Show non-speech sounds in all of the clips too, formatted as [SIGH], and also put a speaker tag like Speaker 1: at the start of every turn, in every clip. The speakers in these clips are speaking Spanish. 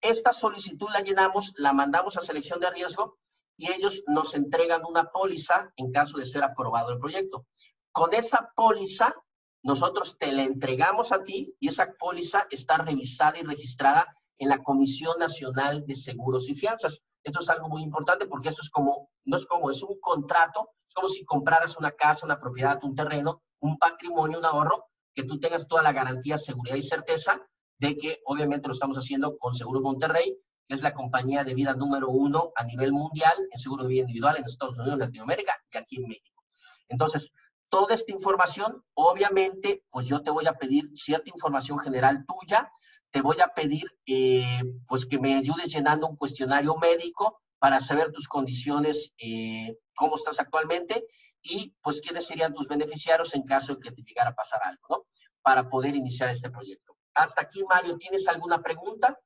Speaker 1: Esta solicitud la llenamos, la mandamos a selección de riesgo y ellos nos entregan una póliza en caso de ser aprobado el proyecto. Con esa póliza, nosotros te la entregamos a ti y esa póliza está revisada y registrada en la Comisión Nacional de Seguros y Fianzas. Esto es algo muy importante porque esto es como, no es como, es un contrato, es como si compraras una casa, una propiedad, un terreno, un patrimonio, un ahorro, que tú tengas toda la garantía, seguridad y certeza de que obviamente lo estamos haciendo con Seguros Monterrey, que es la compañía de vida número uno a nivel mundial en seguro de vida individual en Estados Unidos, Latinoamérica y aquí en México. Entonces, toda esta información, obviamente, pues yo te voy a pedir cierta información general tuya, te voy a pedir eh, pues que me ayudes llenando un cuestionario médico para saber tus condiciones, eh, cómo estás actualmente y pues quiénes serían tus beneficiarios en caso de que te llegara a pasar algo, ¿no? Para poder iniciar este proyecto. Hasta aquí, Mario, ¿tienes alguna pregunta?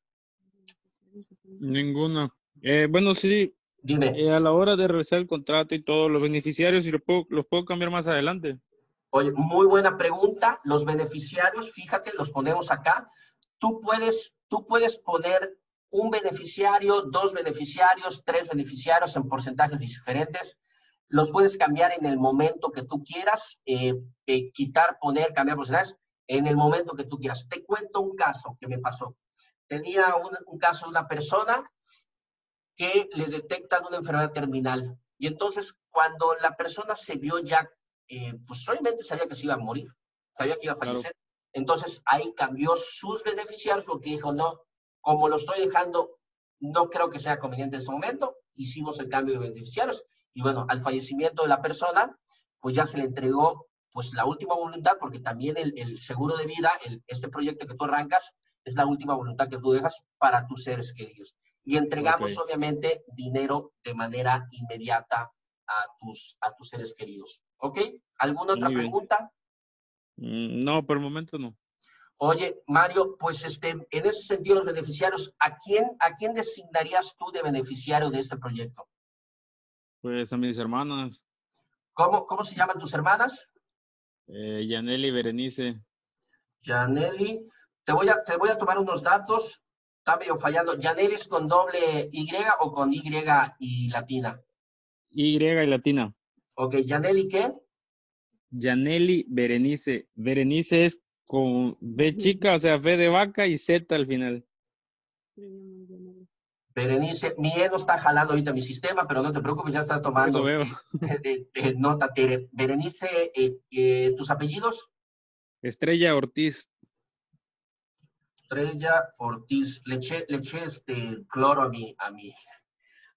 Speaker 2: Ninguna. Eh, bueno, sí.
Speaker 1: Dime.
Speaker 2: Eh, a la hora de revisar el contrato y todos los beneficiarios, si los puedo, los puedo cambiar más adelante.
Speaker 1: Oye, muy buena pregunta. Los beneficiarios, fíjate, los ponemos acá. Tú puedes, tú puedes poner un beneficiario, dos beneficiarios, tres beneficiarios en porcentajes diferentes. Los puedes cambiar en el momento que tú quieras, eh, quitar, poner, cambiar porcentajes en el momento que tú quieras. Te cuento un caso que me pasó tenía un, un, caso de una persona que le detectan una enfermedad terminal. Y entonces, cuando la persona se vio ya, eh, pues obviamente sabía que se iba a morir, sabía que iba a fallecer. Claro. Entonces, ahí cambió sus beneficiarios porque dijo, no, como lo estoy dejando, no creo que sea conveniente en ese momento. Hicimos el cambio de beneficiarios. Y bueno, al fallecimiento de la persona, pues ya se le entregó pues la última voluntad, porque también el, el seguro de vida, el, este proyecto que tú arrancas, es la última voluntad que tú dejas para tus seres queridos. Y entregamos, okay. obviamente, dinero de manera inmediata a tus, a tus seres queridos. ¿Ok? ¿Alguna otra pregunta?
Speaker 2: Mm, No, por el momento no.
Speaker 1: Oye, Mario, pues este, en ese sentido, los beneficiarios, ¿a quién, ¿a quién designarías tú de beneficiario de este proyecto?
Speaker 2: Pues a mis hermanas.
Speaker 1: ¿Cómo, cómo se llaman tus hermanas?
Speaker 2: Eh, Yaneli Berenice.
Speaker 1: Yaneli, te voy, a, te voy a, tomar unos datos. Está medio fallando. ¿Yanelis con doble Y o con Y y latina?
Speaker 2: Y y latina.
Speaker 1: Ok, ¿Yaneli qué?
Speaker 2: Yaneli Berenice. Berenice es con B chica, o sea, B de vaca y Z al final.
Speaker 1: Berenice, mi E no está jalando ahorita mi sistema, pero Ah, no te preocupes, ya está tomando [LAUGHS] de, de nota, Tere. Berenice, eh, eh, ¿tus apellidos?
Speaker 2: Estrella Ortiz.
Speaker 1: Estrella Ortiz. Le eché, le eché, este cloro a mi, a mi,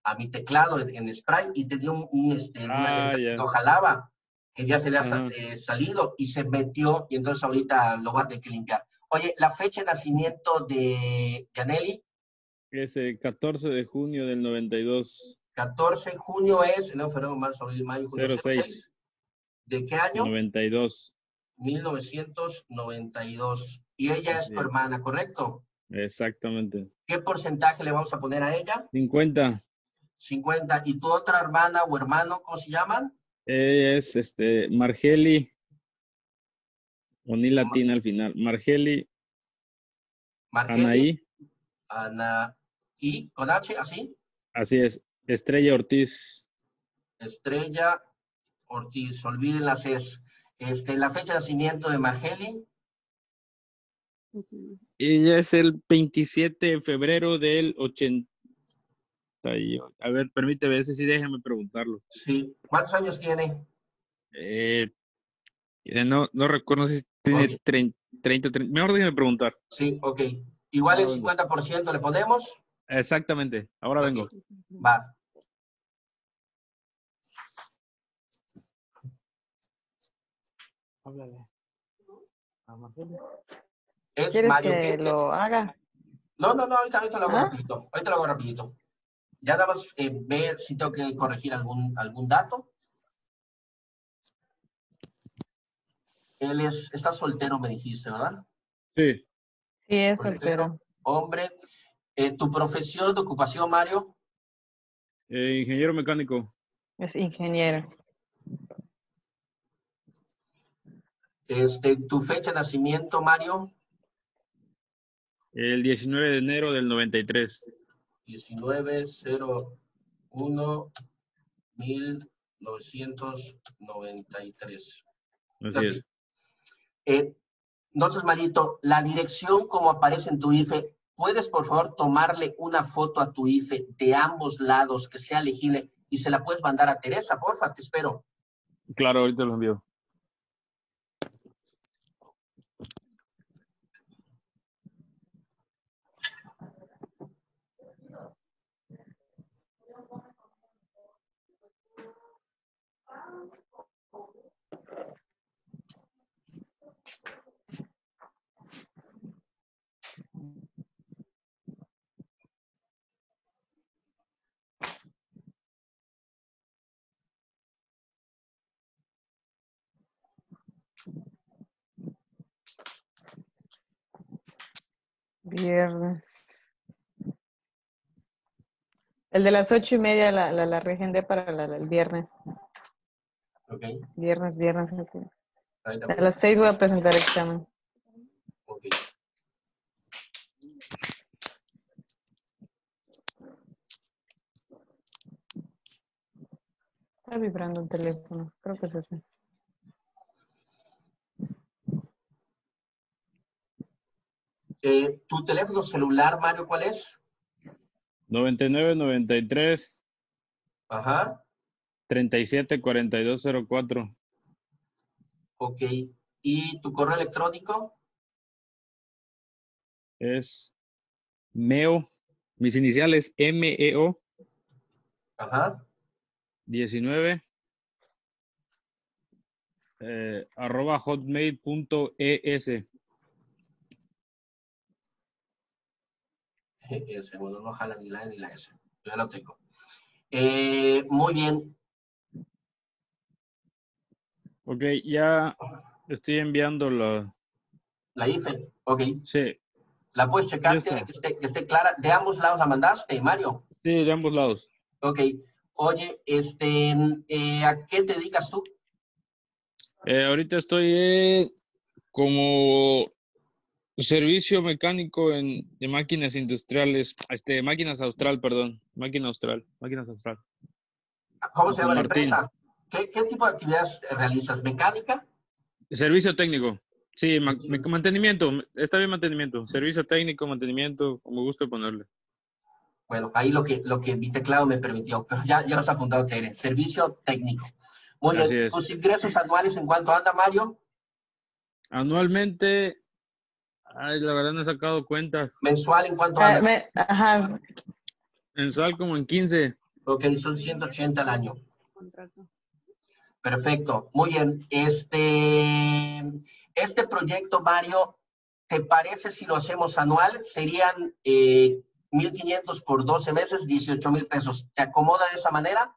Speaker 1: a mi teclado en, en spray y tenía un, un este,
Speaker 2: ah, yeah.
Speaker 1: lo jalaba, que ya se le ha uh -huh. salido y se metió y entonces ahorita lo va a tener que limpiar. Oye, la fecha de nacimiento de Janelli.
Speaker 2: Es el 14 de junio del 92.
Speaker 1: 14 de junio es, en febrero, marzo, abril, mayo, junio, 06. 06. ¿De qué año?
Speaker 2: 92.
Speaker 1: 1992 y ella es tu hermana, ¿correcto?
Speaker 2: Exactamente.
Speaker 1: ¿Qué porcentaje le vamos a poner a ella?
Speaker 2: 50.
Speaker 1: 50. ¿Y tu otra hermana o hermano, cómo se llaman?
Speaker 2: Ella es este, Margeli, o ni latina Mar al final, Margeli,
Speaker 1: Margeli Anaí. Anaí, con H, así.
Speaker 2: Así es, Estrella Ortiz.
Speaker 1: Estrella Ortiz, olviden las es. Este, la fecha de nacimiento de Margeli.
Speaker 2: Ella es el 27 de febrero del 88. A ver, permíteme, ese sí, déjame preguntarlo.
Speaker 1: Sí. ¿Cuántos años tiene?
Speaker 2: Eh, no, no recuerdo si tiene okay. 30, 30, 30, Mejor déjeme preguntar.
Speaker 1: Sí, ok. Igual el 50% le ponemos.
Speaker 2: Exactamente. Ahora okay. vengo.
Speaker 1: Va. Háblale.
Speaker 3: Es ¿Quieres Mario, que, que lo haga?
Speaker 1: No, no, no, ahorita, ahorita lo hago ¿Ah? rapidito. Ahorita lo hago rapidito. Ya nada más eh, ver si tengo que corregir algún, algún dato. Él es, está soltero, me dijiste, ¿verdad?
Speaker 2: Sí.
Speaker 3: Sí, es soltero.
Speaker 1: Hombre, eh, ¿tu profesión, tu ocupación, Mario?
Speaker 2: Eh, ingeniero mecánico.
Speaker 3: Es ingeniero.
Speaker 1: Este, ¿Tu fecha de nacimiento, Mario?
Speaker 2: El 19 de enero del 93.
Speaker 1: 1901 1993.
Speaker 2: Así es.
Speaker 1: Eh, entonces, Marito, la dirección como aparece en tu IFE, ¿puedes por favor tomarle una foto a tu IFE de ambos lados que sea legible y se la puedes mandar a Teresa, porfa, te espero.
Speaker 2: Claro, ahorita lo envío.
Speaker 3: Viernes. El de las ocho y media la, la, la regendé para la- la- el viernes.
Speaker 1: Ok.
Speaker 3: Viernes, viernes. ok.
Speaker 1: ahí te
Speaker 3: A las seis voy a presentar examen.
Speaker 1: Ok.
Speaker 3: Está vibrando el teléfono. Creo que es ese.
Speaker 1: Eh, ¿Tu teléfono celular, Mario, cuál es?
Speaker 2: 99 93
Speaker 1: Ajá.
Speaker 2: 37 42 04
Speaker 1: Ok. ¿Y tu correo electrónico?
Speaker 2: es MEO. Mis iniciales E MEO
Speaker 1: Ajá. [LAUGHS]
Speaker 2: 19 eh, arroba E hotmail.es.
Speaker 1: Ese, bueno, no jala ni la E ni la S. Yo ya lo tengo. Eh, muy bien.
Speaker 2: Ok, ya estoy enviando la.
Speaker 1: La IFE. Ok.
Speaker 2: Sí,
Speaker 1: La puedes
Speaker 2: Ya
Speaker 1: checar,
Speaker 2: está.
Speaker 1: tiene que esté, que esté clara. De ambos lados la mandaste, Mario.
Speaker 2: sí, de ambos lados.
Speaker 1: Ok. Oye, este, eh, ¿a qué te dedicas tú?
Speaker 2: Eh, ahorita estoy eh, como servicio mecánico en, de máquinas industriales, este, máquinas austral, perdón, máquina austral, máquinas austral.
Speaker 1: ¿Cómo se
Speaker 2: San
Speaker 1: llama la
Speaker 2: Martín.
Speaker 1: empresa? ¿Qué, qué tipo de actividades realizas? ¿Mecánica?
Speaker 2: Servicio técnico, sí, ma-
Speaker 1: Sí.
Speaker 2: me- mantenimiento, está bien mantenimiento, servicio técnico, mantenimiento, como gusto ponerle.
Speaker 1: Bueno, ahí lo que, lo que mi teclado me permitió, pero ya, ya los apuntado Tere. Servicio técnico. Muy
Speaker 2: Así
Speaker 1: bien.
Speaker 2: es.
Speaker 1: ¿Tus ingresos anuales en cuánto anda, Mario?
Speaker 2: Anualmente, ay, la verdad no he sacado cuentas,
Speaker 1: ¿Mensual en cuánto
Speaker 3: Ah,
Speaker 1: anda?
Speaker 3: me- ajá.
Speaker 2: mensual como en 15.
Speaker 1: Ok, son 180 al año. Perfecto, muy bien. Este, este proyecto, Mario, ¿te parece si lo hacemos anual? Serían eh, 1.500 por 12 meses, 18 mil pesos. ¿Te acomoda de esa manera?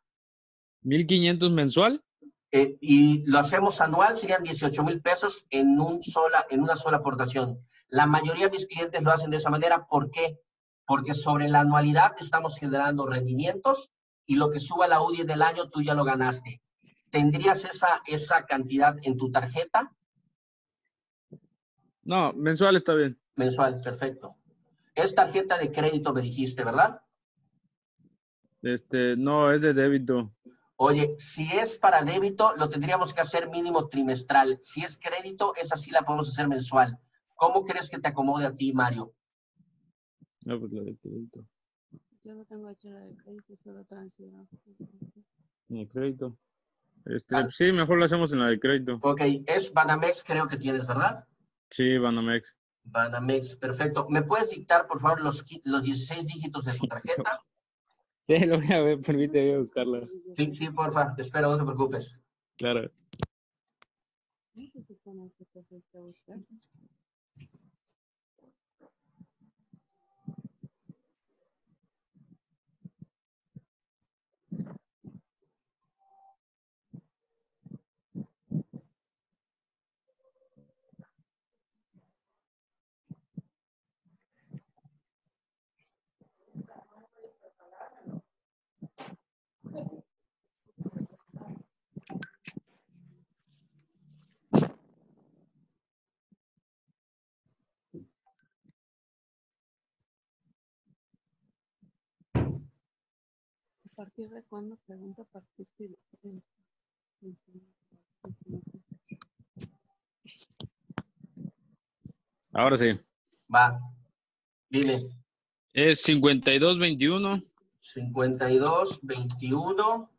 Speaker 2: 1500 mensual,
Speaker 1: Eh, y lo hacemos anual, serían 18 mil pesos en, un sola, en una sola aportación. La mayoría de mis clientes lo hacen de esa manera. ¿Por qué? Porque sobre la anualidad estamos generando rendimientos y lo que suba la UDI del año tú ya lo ganaste. ¿Tendrías esa, esa cantidad en tu tarjeta?
Speaker 2: no, mensual está bien.
Speaker 1: Mensual, perfecto. Es tarjeta de crédito, me dijiste, ¿verdad?
Speaker 2: Este, no, es de débito.
Speaker 1: Oye, si es para débito, lo tendríamos que hacer mínimo trimestral. Si es crédito, esa sí la podemos hacer mensual. ¿Cómo crees que te acomode a ti, Mario?
Speaker 2: No, pues la de crédito.
Speaker 4: Yo no tengo hecho la de crédito, solo transfiero.
Speaker 2: La de crédito. Este,
Speaker 1: Ah.
Speaker 2: sí, mejor lo hacemos en la de crédito.
Speaker 1: Ok, es Banamex, creo que tienes, ¿verdad?
Speaker 2: Sí, Banamex.
Speaker 1: Banamex, perfecto. ¿Me puedes dictar, por favor, los, qui- los 16 dígitos de tu tarjeta?
Speaker 2: Sí, [LAUGHS] lo voy a ver, permíteme buscarla.
Speaker 1: Sí, sí, porfa, te espero, no te preocupes.
Speaker 2: Claro.
Speaker 4: No se supone que te fuiste a buscar. partir de cuándo? Pregunta a partir de... eh,
Speaker 2: Ahora sí.
Speaker 1: Va. Dime.
Speaker 2: Es 52 21
Speaker 1: 52, 21,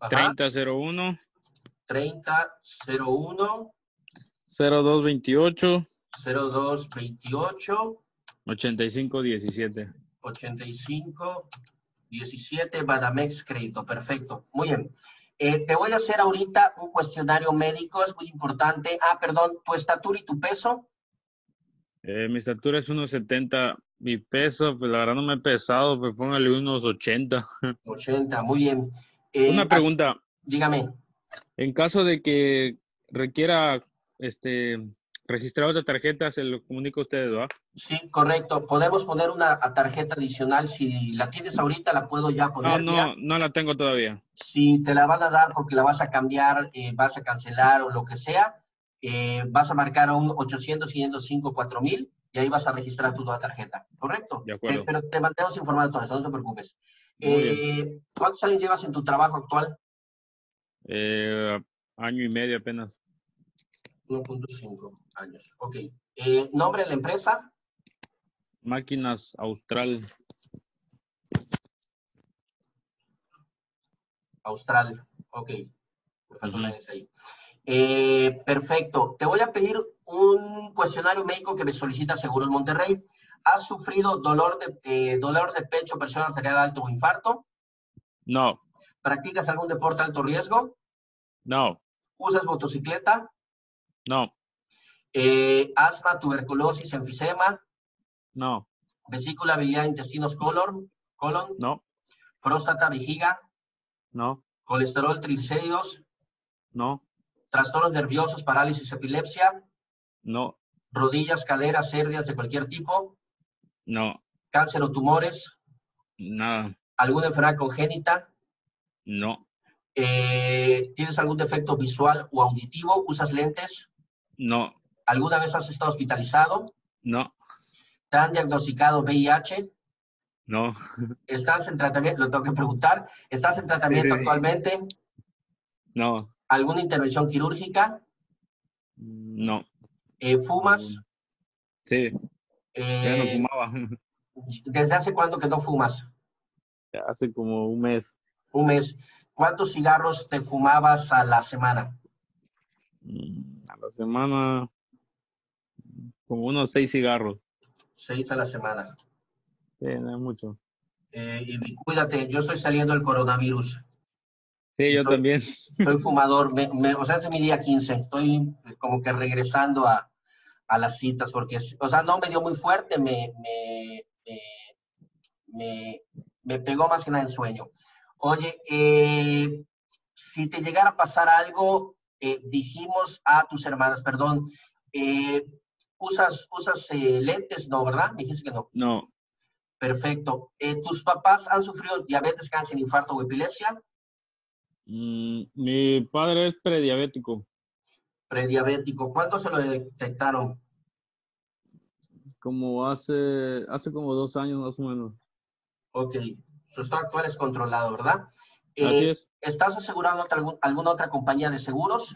Speaker 1: ajá,
Speaker 2: 30 01
Speaker 1: 30, 01,
Speaker 2: 02 28
Speaker 1: 02, 28,
Speaker 2: 85 17.
Speaker 1: 85, 17, Badamex Crédito. Perfecto. Muy bien. Eh, te voy a hacer ahorita un cuestionario médico, es muy importante. Ah, perdón, tu estatura y tu peso.
Speaker 2: Eh, mi estatura es 1.70. Mi peso, pues la verdad no me he pesado, pues póngale unos 80.
Speaker 1: 80, muy bien. Eh,
Speaker 2: Una pregunta.
Speaker 1: Dígame.
Speaker 2: En caso de que requiera este registrar otra tarjeta, se lo comunico a ustedes, ¿va?
Speaker 1: Sí, correcto. Podemos poner una tarjeta adicional. Si la tienes ahorita, la puedo ya
Speaker 2: Ah, No,
Speaker 1: poner. ya.
Speaker 2: no, no la tengo todavía.
Speaker 1: si te la van a dar porque la vas a cambiar, eh, vas a cancelar o lo que sea, eh, vas a marcar a un 800, 505, 4000 y ahí vas a registrar tu nueva tarjeta, ¿correcto?
Speaker 2: De acuerdo.
Speaker 1: Te- pero te mantenemos informado de todo eso, no te preocupes.
Speaker 2: Muy
Speaker 1: Eh, ¿Cuántos años llevas en tu trabajo actual?
Speaker 2: Eh, año y medio apenas.
Speaker 1: 1.5 años, ok. Eh, ¿Nombre de la empresa?
Speaker 2: Máquinas Austral.
Speaker 1: Austral, ok. Me faltó una
Speaker 2: Ujú.
Speaker 1: S ahí. Eh, perfecto. Te voy a pedir un cuestionario médico que me solicita Seguros Monterrey. ¿Has sufrido dolor de, eh, dolor de pecho, presión arterial alto o infarto?
Speaker 2: No,
Speaker 1: ¿Practicas algún deporte de alto riesgo?
Speaker 2: no,
Speaker 1: ¿Usas motocicleta?
Speaker 2: no,
Speaker 1: Eh, ¿Asma, tuberculosis, enfisema,
Speaker 2: no,
Speaker 1: vesícula biliar, intestinos colon, colon,
Speaker 2: no,
Speaker 1: próstata, vejiga,
Speaker 2: no,
Speaker 1: colesterol, triglicéridos,
Speaker 2: no,
Speaker 1: trastornos nerviosos, parálisis, epilepsia,
Speaker 2: no,
Speaker 1: rodillas, caderas, hernias de cualquier tipo,
Speaker 2: no,
Speaker 1: cáncer o tumores,
Speaker 2: nada,
Speaker 1: alguna enfermedad congénita,
Speaker 2: no,
Speaker 1: eh, tienes algún defecto visual o auditivo, usas lentes,
Speaker 2: no,
Speaker 1: alguna vez has estado hospitalizado,
Speaker 2: no,
Speaker 1: te han diagnosticado VIH,
Speaker 2: no,
Speaker 1: estás en tratamiento, lo tengo que preguntar, estás en tratamiento
Speaker 2: sí, sí.
Speaker 1: actualmente,
Speaker 2: no,
Speaker 1: alguna intervención quirúrgica,
Speaker 2: no.
Speaker 1: Eh, fumas,
Speaker 2: Sí, ya no
Speaker 1: Eh,
Speaker 2: fumaba. [LAUGHS]
Speaker 1: ¿desde hace cuánto que no fumas?
Speaker 2: Hace como un mes.
Speaker 1: Un mes. ¿Cuántos cigarros te fumabas a la semana?
Speaker 2: Mm, A la semana, como unos seis cigarros.
Speaker 1: Seis a la semana.
Speaker 2: Sí, no es mucho.
Speaker 1: Eh, y cuídate, yo estoy saliendo del coronavirus.
Speaker 2: Sí, yo
Speaker 1: Soy-
Speaker 2: también. [LAUGHS]
Speaker 1: soy fumador, me- me- o sea, es mi día 15, estoy eh, como que regresando a, a las citas, porque, es- o sea, no me dio muy fuerte, me, me, me, me- me pegó más que nada el sueño. Oye, eh, si te llegara a pasar algo, eh, dijimos a tus hermanas, perdón, eh, usas, usas eh, lentes, no, ¿verdad? Me dijiste que no.
Speaker 2: No,
Speaker 1: Perfecto. Eh, ¿Tus papás han sufrido diabetes, cáncer, infarto o epilepsia?
Speaker 2: Mm, mi padre es prediabético,
Speaker 1: Prediabético. ¿Cuándo se lo detectaron?
Speaker 2: como hace, hace como dos años más o menos.
Speaker 1: Ok, su estado actual es controlado, ¿verdad?
Speaker 2: Así
Speaker 1: Eh,
Speaker 2: es.
Speaker 1: ¿Estás asegurando otra- algún- alguna otra compañía de seguros?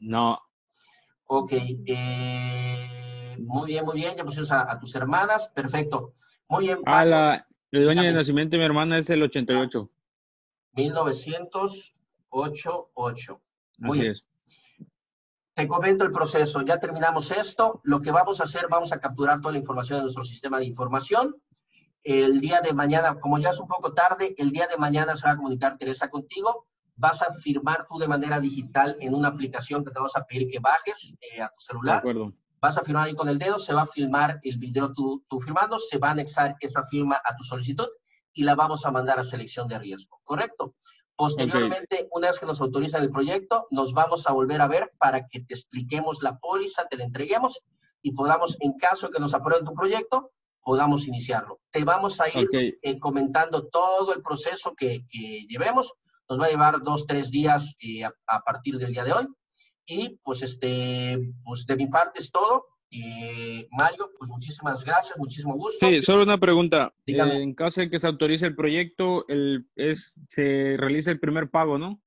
Speaker 2: No,
Speaker 1: Ok, eh, muy bien, muy bien, ya pusimos a, a tus hermanas, perfecto. Muy bien,
Speaker 2: ah,
Speaker 1: Paco,
Speaker 2: la, el año de
Speaker 1: Dígame.
Speaker 2: nacimiento de mi hermana es el 88.
Speaker 1: 1908. Ah, Muy
Speaker 2: Así
Speaker 1: bien.
Speaker 2: es.
Speaker 1: Te comento el proceso, ya terminamos esto. Lo que vamos a hacer, vamos a capturar toda la información de nuestro sistema de información. El día de mañana, como ya es un poco tarde, el día de mañana se va a comunicar Teresa contigo. Vas a firmar tú de manera digital en una aplicación que te vamos a pedir que bajes eh, a tu
Speaker 2: De
Speaker 1: celular.
Speaker 2: acuerdo.
Speaker 1: Vas a firmar ahí con el dedo, se va a filmar el video tú, tú firmando, se va a anexar esa firma a tu solicitud y la vamos a mandar a selección de riesgo, ¿correcto? Posteriormente, una vez que nos autorizan el proyecto, nos vamos a volver a ver para que te expliquemos la póliza, te la entreguemos y podamos, en caso de que nos aprueben tu proyecto, podamos iniciarlo. Te vamos a ir
Speaker 2: Ok,
Speaker 1: eh, comentando todo el proceso que, que llevemos. Nos va a llevar dos, tres días eh, a, a partir del día de hoy. Y pues, este, pues de mi parte es todo. Eh, Mario, pues muchísimas gracias, muchísimo gusto.
Speaker 2: Sí, solo una pregunta.
Speaker 1: Dígame.
Speaker 2: Eh, en caso de que se autorice el proyecto, el, es, se realiza el primer pago, ¿no?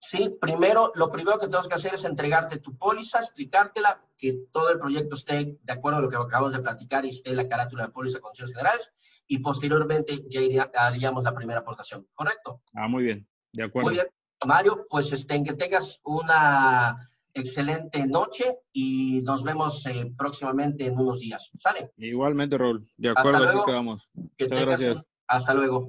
Speaker 1: Sí, primero, lo primero que tenemos que hacer es entregarte tu póliza, explicártela, que todo el proyecto esté de acuerdo a lo que acabamos de platicar y esté en la carátula de póliza de condiciones generales, y posteriormente ya iría- haríamos la primera aportación, ¿correcto?
Speaker 2: Ah, muy bien. De acuerdo.
Speaker 1: Muy bien, Mario, pues este, que tengas una excelente noche y nos vemos eh, próximamente en unos días, ¿sale?
Speaker 2: Igualmente, Raúl. De
Speaker 1: Hasta
Speaker 2: acuerdo, así
Speaker 1: luego.
Speaker 2: quedamos.
Speaker 1: Que
Speaker 2: Muchas
Speaker 1: tengas
Speaker 2: gracias.
Speaker 1: un- hasta luego.